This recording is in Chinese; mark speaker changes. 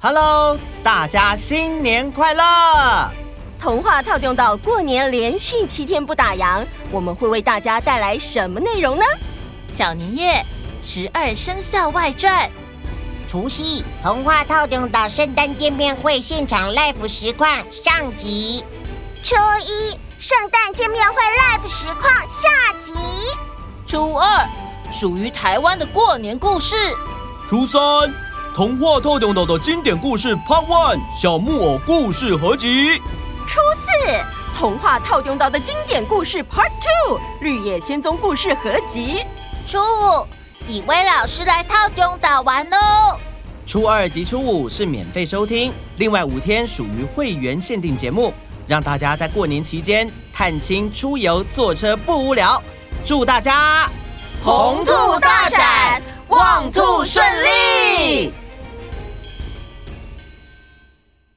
Speaker 1: Hello，大家新年快乐！
Speaker 2: 童话套用到过年连续七天不打烊，我们会为大家带来什么内容呢？
Speaker 3: 小年夜、十二生肖外传、
Speaker 4: 除夕童话套用到圣诞见面会现场 live 实况上集，
Speaker 5: 初一圣诞见面会 live 实况下集，
Speaker 3: 初二属于台湾的过年故事、
Speaker 6: 初三童话透顶岛的经典故事 Part One 小木偶故事合集，
Speaker 2: 初四童话套用到的经典故事 Part Two《绿野仙踪》故事合集，
Speaker 5: 初五以威老师来套用岛玩哦。
Speaker 1: 初二及初五是免费收听，另外五天属于会员限定节目，让大家在过年期间探亲出游、坐车不无聊。祝大家
Speaker 2: 红兔大展，旺兔顺利。